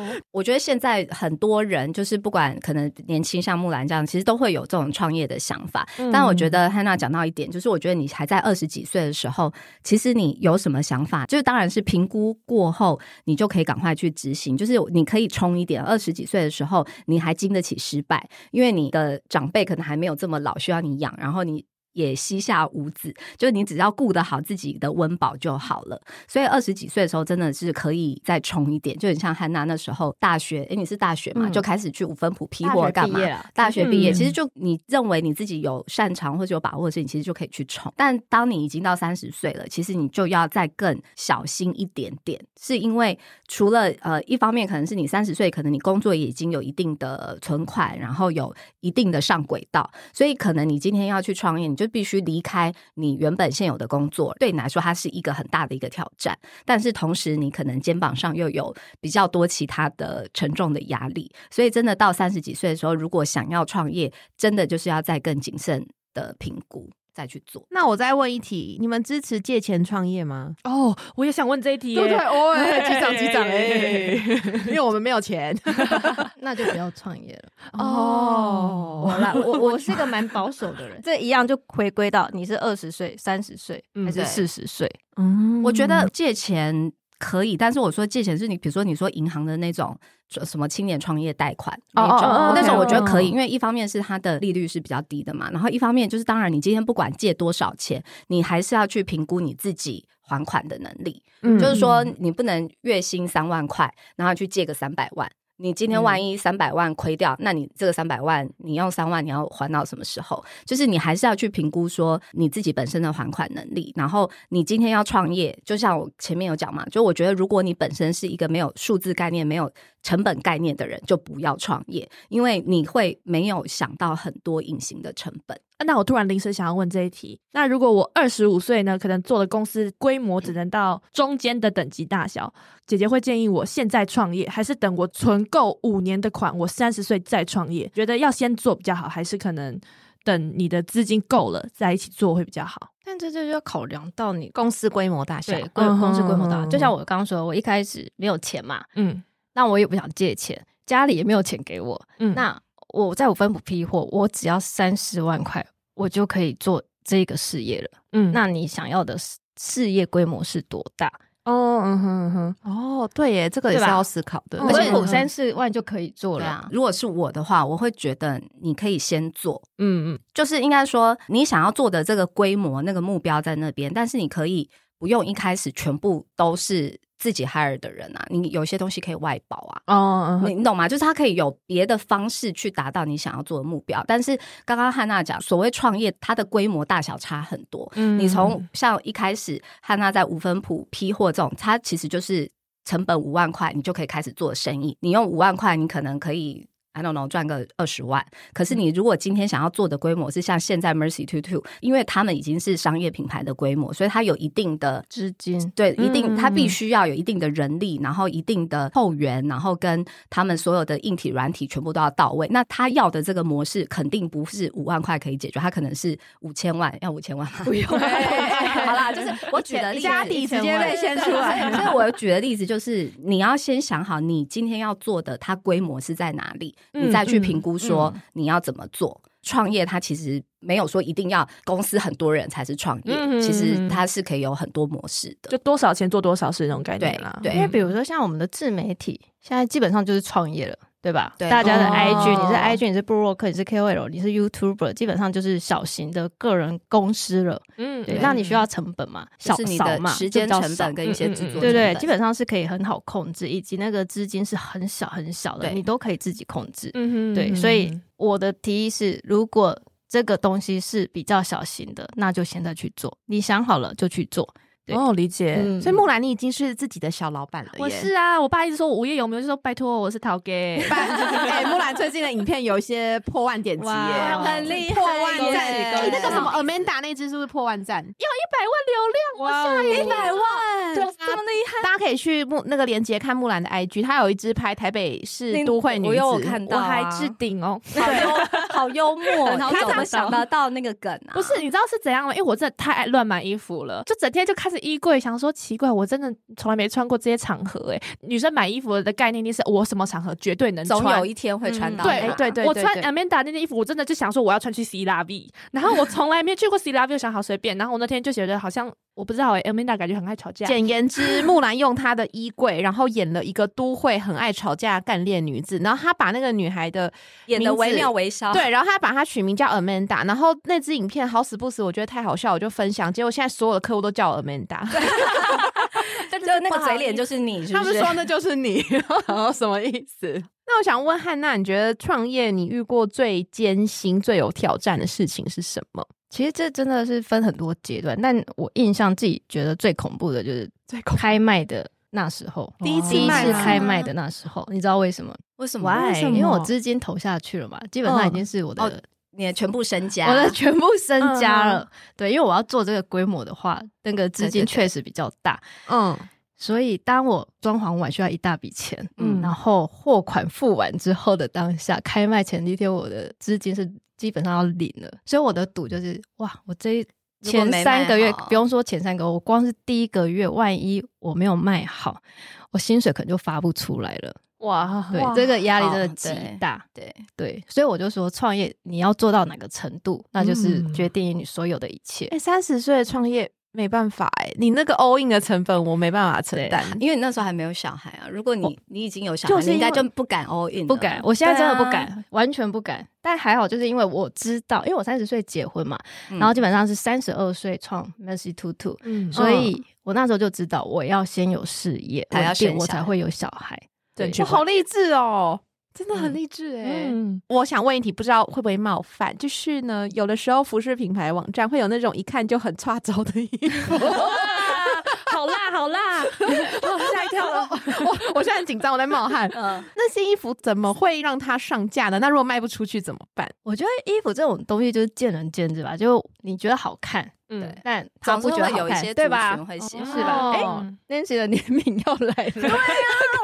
Speaker 3: [laughs]
Speaker 2: no！
Speaker 1: 我觉得现在很多人就是不管可能年轻像木兰这样，其实都会有这种创业的想法。但我
Speaker 4: 嗯
Speaker 1: 觉得汉娜讲到一点，就是我觉得你还在二十几岁的时候，其实你有什么想法，就是当然
Speaker 4: [laughs]
Speaker 1: 是 [laughs] 评估过后，你就可以赶快去执行。就是你可以冲一点，二十几岁的时候你还经得起失败，因为你的长辈可能还没有这么老需要你养，然后你。也膝下无子，就是你只要顾得好自己的温饱就好了。所以二十几岁的时候，真的是可以再冲一点，就很像汉娜那时候大学，诶、你是大学嘛，
Speaker 4: 嗯
Speaker 1: 就开始去五分埔批
Speaker 4: 大
Speaker 1: 货
Speaker 4: 学
Speaker 1: 干
Speaker 4: 毕
Speaker 1: 嘛
Speaker 4: 业？啊了，
Speaker 1: 大
Speaker 4: [laughs]
Speaker 1: 学毕业，
Speaker 2: 嗯
Speaker 1: 其实就你认为你自己有擅长或者有把握的事情，其实就可以去冲。但当你已经到三十岁了，其实你就要再更小心一点点，是因为除了呃，一方面可能是你三十岁，可能你工作也已经有一定的存款，然后有一定的上轨道，所以可能你今天要去创业，你就必须离开你原本现有的工作，对你来说它是一个很大的一个挑战。但是同时，你可能肩膀上又有比较多其他的沉重的压力，所以真的到三十几岁的时候，如果想要创业，真的就是要再更谨慎的评估再去做。
Speaker 3: 那我再问一题，你们支持借钱创业吗？
Speaker 2: 哦，我也想问这一题耶。
Speaker 3: 哦，哎 [laughs]
Speaker 2: 局长局长
Speaker 3: 哎，因 [laughs] 为我们没有钱。
Speaker 4: 那就不要创业了。
Speaker 3: 哦，
Speaker 4: 我啦，我我是一个蛮保守 [laughs] 的人，这一样就回归到你是二十岁、三十岁
Speaker 2: 嗯
Speaker 4: 还是
Speaker 1: 对
Speaker 4: 四十岁，
Speaker 3: 嗯
Speaker 1: 我觉得借钱可以，但是我说借钱是你，比如说你说银行的那种呃什么青年创业贷款
Speaker 3: 哦
Speaker 1: 那种，
Speaker 3: 哦哦
Speaker 1: 那种
Speaker 3: OK，
Speaker 1: 我觉得可以，
Speaker 3: 哦
Speaker 1: 因为一方面是它的利率是比较低的嘛，然后一方面就是当然你今天不管借多少钱，你还是要去评估你自己还款的能力。
Speaker 3: 嗯
Speaker 1: 就是说你不能月薪三万块，然后去借个三百万。你今天万一三百万亏掉，那你这个三百万，你用三万，你要还到什么时候？就是你还是要去评估说你自己本身的还款能力。然后你今天要创业，就像我前面有讲嘛，就我觉得如果你本身是一个没有数字概念、没有成本概念的人，就不要创业，因为你会没有想到很多隐形的成本。
Speaker 2: 那我突然临时想要问这一题，那如果我二十五岁呢，可能做的公司规模只能到中间的等级大小，姐姐会建议我现在创业，还是等我存够五年的款，我三十岁再创业？觉得要先做比较好，还是可能等你的资金够了再一起做会比较好？
Speaker 4: 但这就要考量到你
Speaker 3: 公
Speaker 1: [laughs]
Speaker 3: 司规模大小
Speaker 4: 对，规
Speaker 2: 嗯
Speaker 4: 公司规模大，
Speaker 2: 嗯
Speaker 4: 就像我刚刚说，我一开始没有钱嘛，
Speaker 2: 嗯
Speaker 4: 那我也不想借钱，家里也没有钱给我，
Speaker 2: 嗯
Speaker 4: 那我在五分埔批货，我只要三十万块，我就可以做这个事业了。
Speaker 2: 嗯
Speaker 4: 那你想要的事事业规模是多大？
Speaker 2: 哦嗯哼嗯哼，
Speaker 3: 哦，对耶，这个也
Speaker 4: 对
Speaker 3: 是
Speaker 4: 吧
Speaker 3: 要思考的。
Speaker 2: 嗯
Speaker 4: 而且
Speaker 2: 我
Speaker 4: 我三十万就可以做
Speaker 1: 对
Speaker 4: 了。
Speaker 1: 啊，如果是我的话，我会觉得你可以先做，
Speaker 2: 嗯嗯
Speaker 1: 就是应该说，你想要做的这个规模、那个目标在那边，但是你可以不用一开始全部都是自己 hire 的人啊，你有些东西可以外包啊。
Speaker 2: 哦嗯哼
Speaker 1: 你你懂吗？就是它可以有别的方式去达到你想要做的目标，但是刚刚汉娜讲，所谓创业，它的规模大小差很多。
Speaker 2: 嗯
Speaker 1: 你从像一开始汉娜在五分埔批货这种，它其实就是成本五万块，你就可以开始做生意。你用五万块，你可能可以。 I don't know 赚个二十万。可是你如果今天想要做的规模是像现在 Mercy Two Two，因为他们已经是商业品牌的规模，所以它有一定的
Speaker 4: 资金
Speaker 1: 对，
Speaker 2: 嗯
Speaker 1: 一定它
Speaker 2: 嗯
Speaker 1: 必须要有一定的人力，然后一定的后援，然后跟他们所有的硬体、软体全部都要到位。那他要的这个模式肯定不是五万块可以解决，他可能是五千万，要五千万吗？不用， [laughs] 好啦，就是我举的例子，
Speaker 4: 家底直接被
Speaker 1: 现
Speaker 4: 掀出来
Speaker 1: 所以我举的例子就是，你要先想好你今天要做的，它规模是在哪里，
Speaker 2: 嗯
Speaker 1: 你再去评估说你要怎么做。创业它其实没有说一定要公司很多人才是创业，
Speaker 2: 嗯
Speaker 1: 其实它是可以有很多模式的。
Speaker 2: 就多少钱做多少事那种概念
Speaker 1: 对
Speaker 2: 啦。
Speaker 1: 对
Speaker 4: 因为比如说像我们的自媒体，现在基本上就是创业了，对吧？
Speaker 1: 对
Speaker 4: 大家的
Speaker 2: 哦
Speaker 4: IG，、你是 IG，你是部落客，你是 KOL，你是 YouTuber，基本上就是小型的个人公司了。
Speaker 2: 嗯
Speaker 4: 对，
Speaker 1: 嗯
Speaker 4: 那你需要成本嘛，
Speaker 1: 就
Speaker 4: 少
Speaker 1: 是你
Speaker 4: 少
Speaker 1: 的
Speaker 4: 嘛，
Speaker 1: 时间
Speaker 4: 就比较
Speaker 1: 成
Speaker 4: 少
Speaker 1: 本跟一些制作成
Speaker 2: 嗯嗯
Speaker 1: 本，
Speaker 2: 嗯
Speaker 4: 对对，基本上是可以很好控制，以及那个资金是很小很小的，
Speaker 1: 对
Speaker 4: 你都可以自己控制。
Speaker 2: 嗯哼
Speaker 4: 对，所以我的提议是，如果这个东西是比较小型的，那就现在去做，你想好了就去做。对
Speaker 2: 哦，理解。
Speaker 4: 嗯
Speaker 3: 所以木兰，你已经是自己的小老板了耶。[laughs]
Speaker 2: 我是啊，我爸一直说我无业游民，我就说拜托我是陶给。
Speaker 3: 办，哎，木兰最近的影片有一些破万点击耶
Speaker 2: 哇，
Speaker 1: 很厉害
Speaker 3: [laughs] 破万
Speaker 1: 恭喜
Speaker 3: 赞。哎
Speaker 1: 恭
Speaker 3: 那个
Speaker 1: 喜
Speaker 3: 什么 Amanda 那支是不是破万赞？
Speaker 2: 一百万流量，我吓一
Speaker 3: 啊一百万，
Speaker 1: 对，这么厉害。
Speaker 3: 大家可以去木那个链接看木兰的 IG，她有一支拍台北市
Speaker 1: 你
Speaker 3: 都会女子，
Speaker 1: 我有看到
Speaker 2: 我
Speaker 1: 啊
Speaker 2: 还置 [laughs] 顶哦。
Speaker 1: 好幽，好幽默，
Speaker 2: 很好
Speaker 1: 他
Speaker 2: 找
Speaker 1: 怎么
Speaker 2: 得
Speaker 1: 想
Speaker 2: 到
Speaker 1: 得到那个梗啊？
Speaker 2: 不是，你知道是怎样吗？因为我真的太爱乱买衣服了，就整天就开始衣柜想说奇怪，我真的从来没穿过这些场合哎、女生买衣服的概念一定是我什么场合绝对能穿，
Speaker 1: 总有一天会穿到它。
Speaker 2: 对
Speaker 3: 哎对对
Speaker 2: 我
Speaker 3: 对
Speaker 2: 穿
Speaker 3: 对
Speaker 2: Amanda 那件衣服，我真的就想说我要穿去 C l V，然后我从来没去过 C l V，想好随便。然后我那天就觉得好像我不知道哎、Amanda 感觉很爱吵架。
Speaker 3: 简言之，木兰用她的衣柜，然后演了一个都会很爱吵架干练女子，然后她把那个女孩的
Speaker 1: 演
Speaker 3: 名
Speaker 1: 的
Speaker 3: 字
Speaker 1: 惟妙惟肖。
Speaker 3: [laughs] 对，然后她把她取名叫 Amanda，然后那支影片好死不死，我觉得太好笑，我就分享，结果现在所有的客户都叫我 Amanda，
Speaker 1: 对，就那个嘴脸就是
Speaker 3: [laughs]
Speaker 1: 你，是哦
Speaker 3: 他
Speaker 1: 不
Speaker 3: 们
Speaker 1: 是？
Speaker 3: 说那就是 [laughs] 你，然后什么意思？那我想问汉娜，你觉得创业你遇过最艰辛、最有挑战的事情是什么？
Speaker 4: 其实这真的是分很多阶段，但我印象自己觉得最恐怖的就是
Speaker 3: 最恐
Speaker 4: 开麦的那时候，
Speaker 3: 第一次
Speaker 4: 哦第一
Speaker 3: 卖
Speaker 4: 次
Speaker 3: 吗
Speaker 4: 开麦的那时候，你知道为什么？嗯
Speaker 1: 为什
Speaker 3: Why？为什么
Speaker 4: 因为我资金投下去了嘛，基本上已经是我的、
Speaker 1: 哦你的全部身家，
Speaker 4: 我的全部身家了。对，因为我要做这个规模的话，那个
Speaker 1: 嗯
Speaker 4: 资
Speaker 1: 对对
Speaker 4: 金
Speaker 1: 对
Speaker 4: 确实比较大，
Speaker 3: 嗯，
Speaker 4: 所以当我装潢完需要一大笔钱，
Speaker 1: 嗯
Speaker 4: 嗯，然后货款付完之后的当下，开卖前一天我的资金是基本上要零了，所以我的赌就是哇，我这一。
Speaker 1: 如果
Speaker 4: 前
Speaker 1: 没
Speaker 4: 三个月
Speaker 1: 卖好
Speaker 4: 不用说前三个，我光是第一个月，万一我没有卖好，我薪水可能就发不出来了。
Speaker 2: 哇，
Speaker 4: 对
Speaker 2: 啊哇，
Speaker 4: 这个压力真的
Speaker 1: 好
Speaker 4: 极
Speaker 1: 对
Speaker 4: 大。
Speaker 1: 对，
Speaker 4: 对，所以我就说，创业你要做到哪个程度，那就是
Speaker 2: 嗯
Speaker 4: 决定你所有的一切。
Speaker 3: 哎、三十岁的创业没办法哎、你那个 all in 的成本我没办法承担，
Speaker 1: 因为你那时候还没有小孩啊。如果你你已经有小
Speaker 4: 就
Speaker 1: 孩，
Speaker 4: 是
Speaker 1: 你应该
Speaker 4: 因为
Speaker 1: 就不敢 all in，了
Speaker 4: 不敢，。我现在真的
Speaker 3: 对啊
Speaker 4: 不敢，完全不敢。但还好，就是因为我知道，因为我三十岁结婚嘛，
Speaker 1: 嗯
Speaker 4: 然后基本上是三十二岁创 Mercy Two Two，
Speaker 2: 嗯
Speaker 4: 所以我那时候就知道我要先有事业，
Speaker 1: 才要
Speaker 4: 稳定
Speaker 1: 生小
Speaker 4: 我才
Speaker 1: 孩
Speaker 4: 会有小孩。
Speaker 2: 对
Speaker 4: 对，
Speaker 2: 就
Speaker 3: 我好励志哦，真的很
Speaker 1: 嗯
Speaker 3: 励志哎、
Speaker 2: 嗯，
Speaker 3: 我想问一题，不知道会不会冒犯，就是呢，有的时候服饰品牌网站会有那种一看就很差走的衣服，
Speaker 2: 好辣好
Speaker 3: [laughs]
Speaker 2: 辣，
Speaker 3: 我哦吓一跳
Speaker 1: [laughs]
Speaker 3: 了，我我现在很紧张，我在冒汗。
Speaker 1: 嗯，
Speaker 3: 那些衣服怎么会让它上架呢？那如果卖不出去怎么办？
Speaker 4: 我觉得衣服这种东西就是见仁见智吧，就你觉得好看，
Speaker 2: 嗯，
Speaker 4: 但他
Speaker 1: 总是
Speaker 4: 不觉
Speaker 1: 会
Speaker 4: 得好
Speaker 1: 有一些
Speaker 4: 看，
Speaker 1: 族
Speaker 4: 对吧
Speaker 1: 群会喜
Speaker 3: 哦
Speaker 1: 欢，
Speaker 3: 是吧哎
Speaker 2: 哦
Speaker 4: ？Nancy 的年龄要来了，
Speaker 1: 啊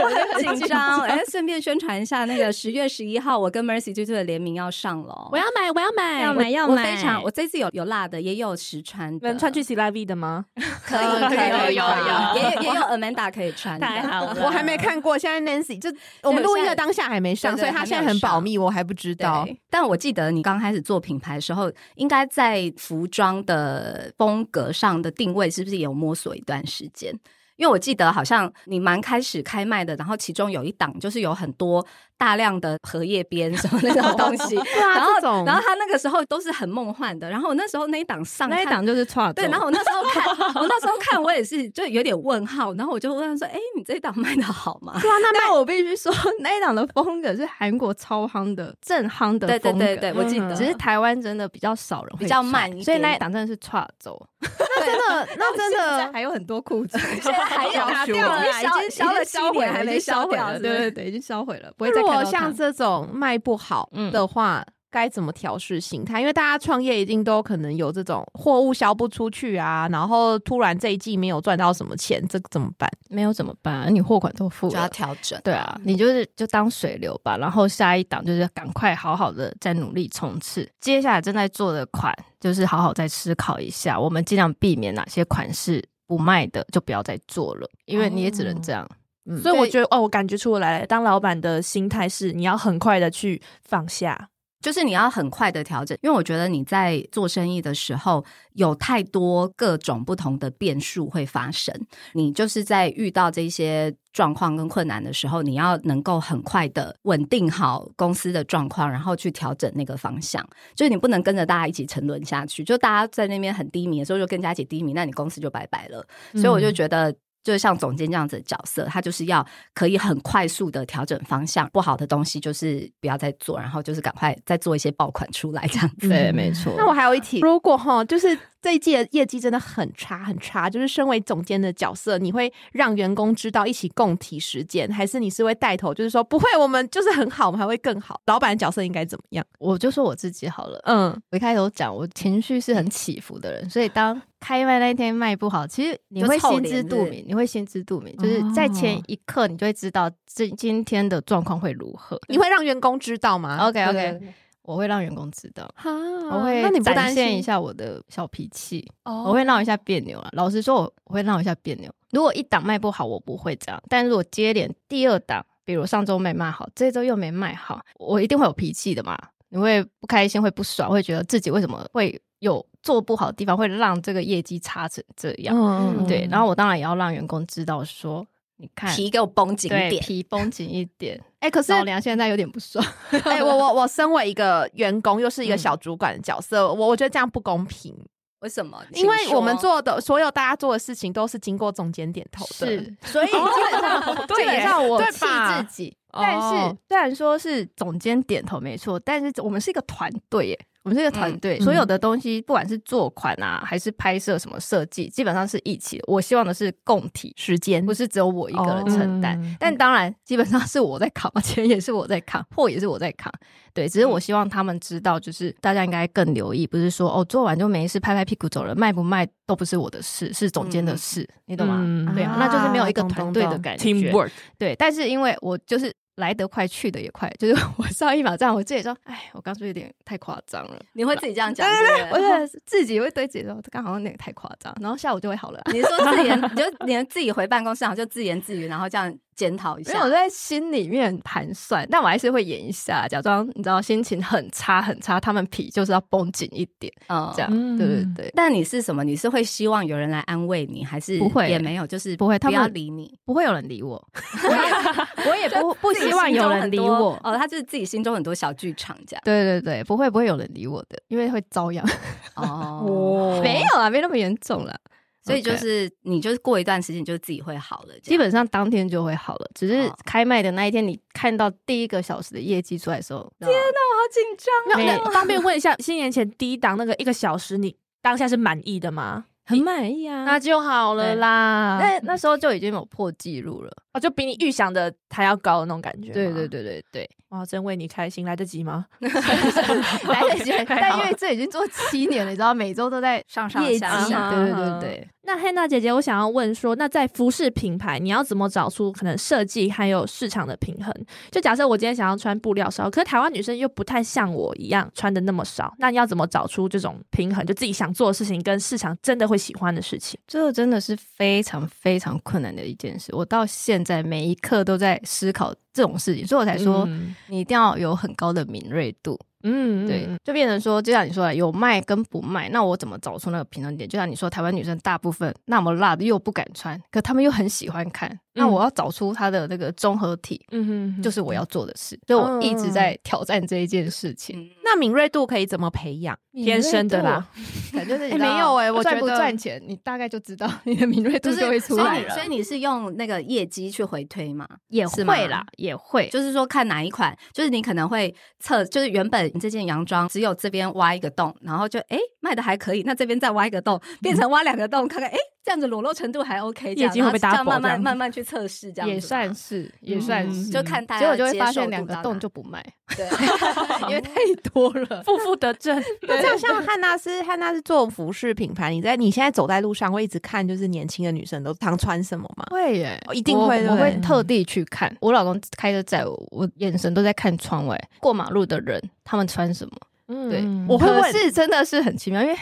Speaker 1: 我 [laughs] 很紧张。哎，顺便宣传一下，那个十月十一号，我跟 Mercy 最最的联名要上了哦，
Speaker 2: 我要买，我要买，
Speaker 4: 要
Speaker 1: 我
Speaker 4: 买要
Speaker 1: 我
Speaker 4: 买
Speaker 1: 非常，我这次有有辣的，也有实穿的，
Speaker 2: 能穿去 C l V 的吗？
Speaker 1: 可以可以可以，
Speaker 4: 有有
Speaker 1: 也有也有 Amanda 可以穿的，
Speaker 2: 太好了
Speaker 3: 我还没看过，现在 Nancy 就我们录音的当下还没上，
Speaker 1: 对
Speaker 3: 所
Speaker 1: 对
Speaker 3: 以他现在很保密，我还不知道。
Speaker 1: 对，但我记得你刚开始做品牌的时候，应该在服装的风格上的定位是不是也有摸索一段时间？因为我记得好像你蛮开始开卖的，然后其中有一档就是有很多大量的荷叶边什么那种东西，
Speaker 3: 对啊
Speaker 1: 然后
Speaker 3: 这种
Speaker 1: 然后他那个时候都是很梦幻的，然后我那时候那一档上
Speaker 4: 那一
Speaker 1: 看
Speaker 4: 档就是创作
Speaker 1: 对，然后我那时候 [laughs] 看，我那时候看我也是就有点问号，然后我就问他说：“哎、你这一档卖的好吗？”
Speaker 4: 对啊，那那我必须说， [laughs] 那一档的风格是韩国超夯的、正夯的
Speaker 1: 对对
Speaker 4: 风格，
Speaker 1: 对对，我记
Speaker 2: 嗯
Speaker 1: 得，
Speaker 4: 只是台湾真的比较少人会
Speaker 1: 比较
Speaker 4: 唱
Speaker 1: 慢一
Speaker 4: 所以
Speaker 1: 点 [laughs]
Speaker 4: 那一档真的是跨走。那真的，那真的
Speaker 1: 还有很多裤子，
Speaker 4: [laughs] 现在还有啊
Speaker 1: [laughs] 拿
Speaker 4: 已经
Speaker 1: 掉了啦，已
Speaker 4: 消
Speaker 1: 经消了
Speaker 4: 销
Speaker 1: 七
Speaker 4: 毁
Speaker 1: 年，
Speaker 4: 还
Speaker 1: 还
Speaker 4: 没
Speaker 1: 没
Speaker 4: 销
Speaker 1: 消
Speaker 4: 毁
Speaker 1: 毁
Speaker 4: 了，
Speaker 1: 了，
Speaker 4: 对
Speaker 1: 对
Speaker 4: 对对，已经销毁了，不会
Speaker 3: 那
Speaker 4: 再
Speaker 3: 如
Speaker 4: 看
Speaker 3: 果
Speaker 4: 到它
Speaker 3: 像这种卖不好
Speaker 4: 嗯
Speaker 3: 的话，该怎么调试心态？因为大家创业一定都可能有这种货物销不出去啊，然后突然这一季没有赚到什么钱，这个怎么办？
Speaker 4: 没有怎么办？你货款都付
Speaker 5: 就要
Speaker 4: 了。
Speaker 5: 调整。，
Speaker 4: 对啊，
Speaker 1: 嗯
Speaker 4: 你就是就当水流吧，然后下一档就是赶快好好的再努力冲刺。接下来正在做的款，就是好好再思考一下，我们尽量避免哪些款式不卖的，就不要再做了，因为你也只
Speaker 1: 哦
Speaker 4: 能这样。嗯
Speaker 2: 所以我觉得哦，我感觉出来了，当老板的心态是你要很快的去放下，
Speaker 1: 就是你要很快的调整，因为我觉得你在做生意的时候有太多各种不同的变数会发生，你就是在遇到这些状况跟困难的时候，你要能够很快的稳定好公司的状况，然后去调整那个方向。就是你不能跟着大家一起沉沦下去，就大家在那边很低迷的时候就跟大家一起低迷，那你公司就拜拜了。所以我就觉得。就是像总监这样子的角色，他就是要可以很快速的调整方向，不好的东西就是不要再做，然后就是赶快再做一些爆款出来这样子。
Speaker 4: 对，没错。
Speaker 3: 那我还有一题，如果哈，就是这一季的业绩真的很差很差，就是身为总监的角色，你会让员工知道一起共体时间，还是你是会带头，就是说不会，我们就是很好，我们还会更好？老板的角色应该怎么样？
Speaker 4: 我就说我自己好了。呃
Speaker 3: 嗯，
Speaker 4: 我一开头讲，我情绪是很起伏的人，所以当开卖那一天卖不好，其实你
Speaker 1: 就
Speaker 4: 会
Speaker 1: 臭
Speaker 4: 心
Speaker 1: 脸
Speaker 4: 知
Speaker 1: 是
Speaker 4: 肚
Speaker 1: 不是
Speaker 4: 明，你会心知肚明，就是在前
Speaker 3: 哦
Speaker 4: 一刻你就会知道这今天的状况会如何。
Speaker 3: 你会让员工知道吗
Speaker 4: OK OK，我会让员工知道，
Speaker 3: 哈，
Speaker 4: 我会
Speaker 3: 那你不
Speaker 4: 展
Speaker 3: 担
Speaker 4: 现
Speaker 3: 心
Speaker 4: 一？下我的小脾气，
Speaker 2: 哦
Speaker 4: 我会闹一下别扭啊。老实说，我我会闹一下别扭。如果一档卖不好，我不会这样，但如果接连第二档，比如上周没卖好，这周又没卖好，我一定会有脾气的嘛。你会不开心，会不爽，会觉得自己为什么会有做不好的地方，会让这个业绩差成这样。
Speaker 3: 嗯
Speaker 4: 对，然后我当然也要让员工知道说，你看，
Speaker 1: 皮给我绷紧一
Speaker 4: 对
Speaker 1: 点，
Speaker 4: 皮绷紧一点。
Speaker 3: [laughs] 哎、可是
Speaker 4: 老娘现在有点不爽。
Speaker 3: [laughs] 哎、我我我身为一个员工，又是一个小主管的角色，我我觉得这样不公平，
Speaker 1: 为什么？
Speaker 3: 因为
Speaker 1: 请说
Speaker 3: 我们做的所有大家做的事情都是经过总监点头的，哦
Speaker 4: 是，
Speaker 3: 所以基本 [laughs] 上
Speaker 4: 基本上我气自
Speaker 3: 吧？
Speaker 4: 己，但是
Speaker 3: 哦
Speaker 4: 虽然说是总监点头没错，但是我们是一个团队耶，我们是一个团队，
Speaker 3: 嗯
Speaker 4: 所有的东西不管是做款啊，还是拍摄什么设计，基本上是一起的。我希望的是共体，
Speaker 3: 时间哦
Speaker 4: 不是只有我一个人承担。
Speaker 2: 嗯
Speaker 4: 但当然，基本上是我在扛， [laughs] 钱也是我在扛，货也是我在扛。对，只是我希望他们知道，就是大家应该更留意，不是说哦做完就没事，拍拍屁股走了，卖不卖都不是我的事，是总监的事，你懂吗？
Speaker 2: 嗯
Speaker 4: 对啊，那就是没有一个团队的感觉。
Speaker 2: teamwork，
Speaker 4: 对，但是因为我就是来得快，去得也快，就是我上一秒这样，我自己说，哎，我刚说有点太夸张了，
Speaker 1: 你会自己这样讲，对不
Speaker 4: 我
Speaker 1: 对
Speaker 4: 觉得 [laughs] 自己会对自己说，刚好像有点太夸张，然后下午就会好了。
Speaker 1: 你说自
Speaker 4: [laughs]
Speaker 1: 言，你就连自己回办公室，然后就自言自语，然后这样检讨一
Speaker 4: 因为我
Speaker 1: 下。
Speaker 4: 在心里面盘算，但我还是会演一下，假装你知道心情很差很差，他们皮就是要绷紧一点，
Speaker 1: 嗯
Speaker 4: 这样、
Speaker 2: 嗯
Speaker 4: 对对对，
Speaker 1: 但你是什么？你是会希望有人来安慰你，还是
Speaker 4: 不会
Speaker 1: 也没有，就是
Speaker 4: 不会他
Speaker 1: 不
Speaker 4: 们
Speaker 1: 要理你。
Speaker 4: 不会有人理我， [laughs] 我也不不希望有人
Speaker 1: 自
Speaker 4: 理
Speaker 1: 己心中很。
Speaker 4: 我
Speaker 1: 多哦，他就是自己心中很多小剧场这
Speaker 4: [laughs]
Speaker 1: 样。
Speaker 4: 对对对，不会不会有人理我的，因为会遭殃。
Speaker 1: 哦，
Speaker 4: [laughs] 没有啊，没那么严重啦。
Speaker 1: 所以就
Speaker 4: OK
Speaker 1: 是你就是过一段时间，你就自己会好了。
Speaker 4: 基本上当天就会好了，只是
Speaker 1: 哦
Speaker 4: 开卖的那一天，你看到第一个小时的业绩出来的时候，
Speaker 1: 天哪，我好紧张
Speaker 2: 没有
Speaker 4: 没
Speaker 2: 那方便问一下，新年前第一档那个一个小时，你当下是满意的吗？
Speaker 4: 很满意啊
Speaker 2: 那就好了啦，
Speaker 4: 那啊那时候就已经有破纪录了。
Speaker 2: 哦，就比你预想的还要高的那种感觉。
Speaker 4: 对对，对对对，
Speaker 2: 哇，真为你开心，来得及吗？
Speaker 4: [laughs] 来得 [laughs] 及，但因为这已经做七年了，你知道，每周都在
Speaker 1: 上上
Speaker 4: 业绩啊
Speaker 1: 下
Speaker 2: 下
Speaker 4: 对对 [laughs] 对对。
Speaker 2: 那 Hannah 姐姐，我想要问说，那在服饰品牌，你要怎么找出可能设计还有市场的平衡？就假设我今天想要穿布料少，可是台湾女生又不太像我一样穿的那么少，那你要怎么找出这种平衡？就自己想做的事情跟市场真的会喜欢的事情？
Speaker 4: 这真的是非常非常困难的一件事，我到现在每一刻都在思考这种事情，所以我才说、
Speaker 2: 嗯，
Speaker 4: 你一定要有很高的敏锐度，
Speaker 2: 嗯
Speaker 4: 对，就变成说，就像你说的，有卖跟不卖，那我怎么找出那个平衡点？就像你说，台湾女生大部分那么辣的又不敢穿，可她们又很喜欢看，那我要找出它的那个综合体，
Speaker 2: 嗯哼哼，
Speaker 4: 就是我要做的事。所以我一直在挑战这一件事情，
Speaker 3: 那敏锐度可以怎么培养？
Speaker 2: 天生的啦，
Speaker 4: 感觉是你
Speaker 3: 哎
Speaker 4: 知道
Speaker 3: 没有哎我
Speaker 4: 赚
Speaker 3: 觉
Speaker 4: 不
Speaker 3: 得
Speaker 4: 赚钱，你大概就知道你的敏锐度
Speaker 1: 就是
Speaker 4: 就会出
Speaker 1: 所以
Speaker 4: 来
Speaker 1: 你
Speaker 4: 了。
Speaker 1: 所以你是用那个业绩去回推吗？
Speaker 4: 也
Speaker 1: 是吗
Speaker 4: 会啦，也会，
Speaker 1: 就是说看哪一款，就是你可能会测，就是原本你这件洋装只有这边挖一个洞，然后就哎卖的还可以，那这边再挖一个洞，变成挖两个洞，看看哎这样子裸露程度还 OK，这样
Speaker 2: 业绩会不会
Speaker 1: 然后这样
Speaker 2: double
Speaker 1: 慢
Speaker 2: 这
Speaker 1: 慢
Speaker 2: 样
Speaker 1: 慢慢去测试这样子吧
Speaker 4: 也算是，也算是，
Speaker 1: 就看大
Speaker 4: 结
Speaker 1: 家的
Speaker 4: 果嗯就会发
Speaker 1: 接受
Speaker 4: 现
Speaker 1: 度
Speaker 4: 两个
Speaker 1: 到
Speaker 4: 洞
Speaker 1: 哪
Speaker 4: 就不 [laughs] 哦卖，
Speaker 1: 对，
Speaker 4: [laughs] 因为太多了。
Speaker 2: 负负得正，
Speaker 3: 那这样像汉娜是汉娜是做服饰品牌，你在你现在走在路上会一直看，就是年轻的女生都常穿什么吗？
Speaker 4: [laughs] 会耶嗯
Speaker 3: 哦一定会
Speaker 4: 我我
Speaker 3: 对
Speaker 4: 会
Speaker 3: 不对
Speaker 4: 特地去看。我老公开车载我，我眼神都在看窗外过马路的人，他们穿什么。
Speaker 2: 嗯
Speaker 4: 对
Speaker 3: 我会问
Speaker 4: 可是真的是很奇妙，因为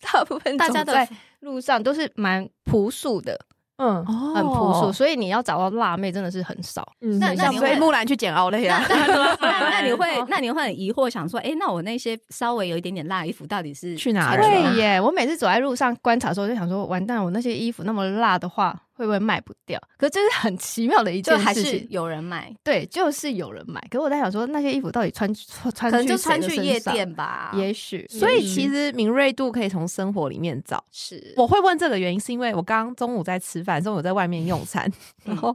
Speaker 4: 大部分
Speaker 1: 大家的
Speaker 4: 走在路上都是蛮朴素的，
Speaker 2: 嗯，
Speaker 3: 哦
Speaker 4: 很朴素，所以你要找到辣妹真的是很少。
Speaker 1: 那
Speaker 2: 那
Speaker 1: 那你
Speaker 3: 所以
Speaker 1: 会
Speaker 3: 木兰去捡奥雷啊，
Speaker 1: 那 [laughs] 那你会那你会很疑惑，想说哎，诶那我那些稍微有一点点辣衣服到底是
Speaker 3: 去
Speaker 1: 藏
Speaker 3: 哪儿了
Speaker 1: 在
Speaker 4: 对耶，我每次走在路上观察的时候，就想说，完蛋，我那些衣服那么辣的话，会不会卖不掉？可是这是很奇妙的一
Speaker 1: 就
Speaker 4: 件
Speaker 1: 还
Speaker 4: 事
Speaker 1: 是
Speaker 4: 情。
Speaker 1: 有人买，
Speaker 4: 对，就是有人买。可是我在想说，那些衣服到底穿穿
Speaker 1: 可
Speaker 4: 穿
Speaker 1: 能就
Speaker 4: 谁
Speaker 1: 穿
Speaker 4: 的
Speaker 1: 去
Speaker 4: 身
Speaker 1: 夜
Speaker 4: 上，
Speaker 1: 店吧，
Speaker 4: 也许。
Speaker 3: 所以其实敏锐度可以从生活里面找。
Speaker 1: 是
Speaker 3: 我会问这个原因，是因为我刚刚中午在吃饭，中午在外面用餐，然后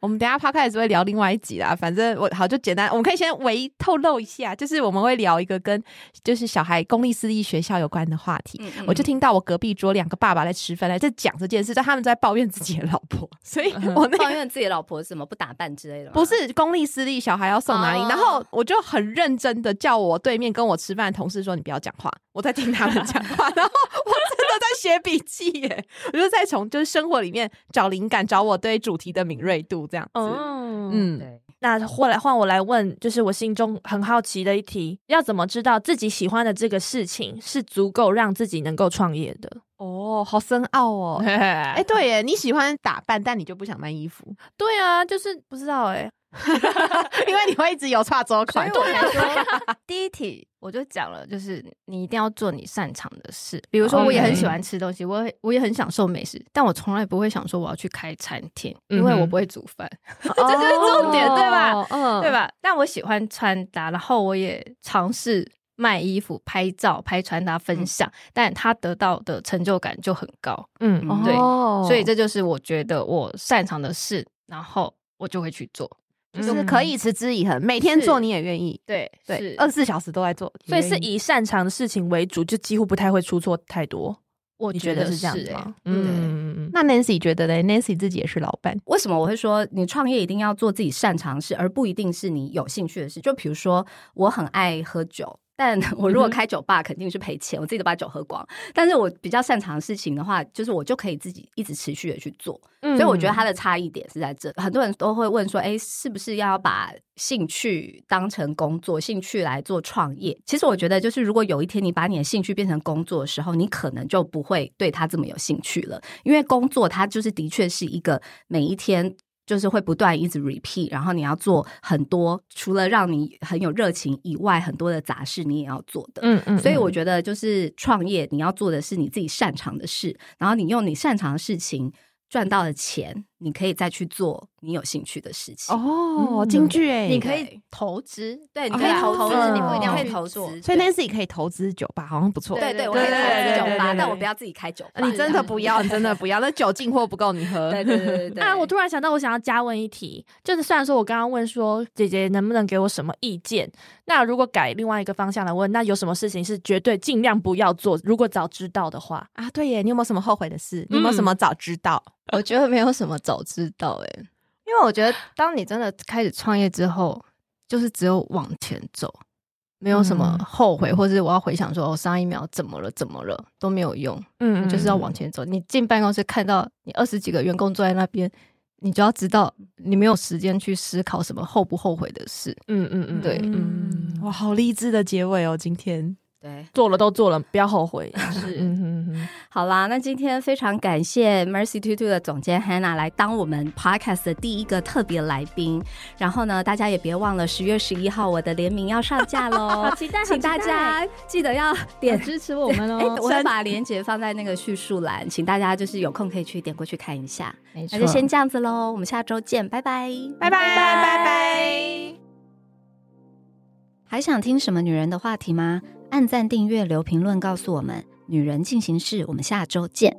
Speaker 3: 我们等一下 p 开 d 会聊另外一集啦。反正我好就简单，我们可以先微透露一下，就是我们会聊一个跟就是小孩公立私立学校有关的话题。
Speaker 1: 嗯嗯
Speaker 3: 我就听到我隔壁桌两个爸爸在吃饭，在在讲这件事，但他们在抱怨自己的老婆，所以我那
Speaker 1: 抱怨自己老婆怎么不打扮之类的吗，
Speaker 3: 不是公立私立，小孩要送哪里？
Speaker 1: 哦
Speaker 3: 然后我就很认真的叫我对面跟我吃饭的同事说：“你不要讲话，我在听他们讲话。”然后我真的在写笔记耶，我就在从就是生活里面找灵感，找我对主题的敏锐度这样子。
Speaker 2: 嗯嗯，
Speaker 3: 嗯，
Speaker 1: 对，
Speaker 2: 那换来换我来问，就是我心中很好奇的一题，要怎么知道自己喜欢的这个事情是足够让自己能够创业的？
Speaker 3: 哦，好深奥哦。哎，
Speaker 4: 哎，
Speaker 3: 对耶，你喜欢打扮，但你就不想卖衣服，
Speaker 2: 对啊，就是不知道哎、
Speaker 3: 因为你会一直有差周
Speaker 4: 所以
Speaker 3: 款。
Speaker 4: 我才说第一题我就讲了，就是你一定要做你擅长的事。比如说，我也很喜欢吃东西，我也我也很享受美食，但我从来不会想说我要去开餐厅，因为
Speaker 3: 嗯哼
Speaker 4: 我不会煮饭，
Speaker 2: 这
Speaker 4: 这就是
Speaker 3: 哦
Speaker 4: 重点，对吧？？
Speaker 3: 嗯
Speaker 4: 对？吧？但我喜欢穿搭，然后我也尝试卖衣服、拍照、拍穿搭分享，但他得到的成就感就很高，
Speaker 2: 嗯
Speaker 1: 嗯
Speaker 4: 对
Speaker 3: 哦
Speaker 4: 所以这就是我觉得我擅长的事，然后我就会去做。
Speaker 2: 嗯
Speaker 3: 就是可以持之以恒，每天
Speaker 4: 是
Speaker 3: 做你也愿意。
Speaker 4: 对，
Speaker 3: 对，
Speaker 4: 呃
Speaker 3: 二，十四小时都在做，
Speaker 2: 所以
Speaker 3: 原
Speaker 2: 是
Speaker 3: 因
Speaker 2: 以擅长的事情为主，就几乎不太会出错太多。
Speaker 4: 我
Speaker 2: 你觉得
Speaker 4: 得
Speaker 2: 这样子
Speaker 4: 欸
Speaker 2: 吗？
Speaker 4: 嗯，
Speaker 2: 嗯，
Speaker 3: 那 Nancy 觉得嘞？Nancy 自己也是老板，
Speaker 1: 为什么我会说你创业一定要做自己擅长的事，而不一定是你有兴趣的事？就比如说，我很爱喝酒。但我如果开酒吧，肯定是赔钱，我自己都把酒喝光。但是我比较擅长的事情的话，就是我就可以自己一直持续的去做。
Speaker 2: 嗯
Speaker 1: 所以我觉得它的差异点是在这。很多人都会问说，哎，是不是要把兴趣当成工作，兴趣来做创业？其实我觉得，就是如果有一天你把你的兴趣变成工作的时候，你可能就不会对它这么有兴趣了，因为工作它就是的确是一个每一天。就是会不断一直 repeat，然后你要做很多，除了让你很有热情以外，很多的杂事你也要做的。
Speaker 2: 嗯嗯
Speaker 1: 所以我觉得，就是创业，你要做的是你自己擅长的事，然后你用你擅长的事情赚到的钱，你可以再去做你有兴趣的事情。
Speaker 3: 哦
Speaker 2: 嗯
Speaker 3: 京剧
Speaker 1: 欸
Speaker 3: 哎，
Speaker 4: 你可以投资，
Speaker 1: 对，你
Speaker 4: 你
Speaker 1: 可
Speaker 4: 可
Speaker 1: 以
Speaker 4: 以
Speaker 1: 投
Speaker 4: 投
Speaker 1: 资，
Speaker 4: 资
Speaker 2: 你不一定要
Speaker 1: 可以
Speaker 4: 去
Speaker 1: 投
Speaker 4: 做
Speaker 1: 资。
Speaker 3: 所以 Nancy 可以投资酒吧，好像不错。
Speaker 1: 对对，
Speaker 4: 对
Speaker 1: 我可以
Speaker 4: 对
Speaker 1: 开
Speaker 4: 对
Speaker 1: 酒吧，
Speaker 3: 对对哎
Speaker 1: 但我不要自己开酒吧。
Speaker 3: 你真的不要，你真的不要，那酒进货不够你喝。
Speaker 1: 对对对对对。
Speaker 2: 啊，我突然想到，我想要加问一题，就是虽然说我刚刚问说姐姐能不能给我什么意见，那如果改另外一个方向来问，那有什么事情是绝对尽量不要做？如果早知道的话，
Speaker 3: [laughs] 啊，对耶，你有没有什么后悔的事？你有没有什么早知道？
Speaker 4: 我觉得没有什么早知道哎、因为我觉得 [laughs] 当你真的开始创业之后，就是只有往前走，没有什么
Speaker 2: 嗯
Speaker 4: 后悔，或是我要回想说，我、哦、上一秒怎么了，怎么了都没有用，
Speaker 2: 嗯
Speaker 4: 你就是要往前走。你进办公室看到你二十几个员工坐在那边，你就要知道你没有时间去思考什么后不后悔的事。
Speaker 2: 嗯嗯嗯
Speaker 4: 对
Speaker 2: 嗯，
Speaker 3: 哇，好励志的结尾哦，今天
Speaker 1: 对，
Speaker 2: 做了都做了，不要后悔。
Speaker 1: 是
Speaker 2: 嗯哼哼，
Speaker 1: 好啦，那今天非常感谢 Mercy Two Two 的总监 Hannah 来当我们 Podcast 的第一个特别来宾。然后呢，大家也别忘了十月十一号我的联名要上架喽
Speaker 5: [laughs] 期待，
Speaker 1: 请大家记得要点。
Speaker 5: 支持我们
Speaker 4: [laughs]
Speaker 1: 哎，
Speaker 5: 哦。
Speaker 1: 我会把链接放在那个叙述栏，请大家就是有空可以去点过去看一下。
Speaker 5: 没
Speaker 1: 那就先这样子喽，我们下周见，拜拜，
Speaker 3: 拜拜拜拜。
Speaker 1: 还想听什么女人的话题吗？按赞、订阅、留评论，告诉我们。女人进行式，我们下周见。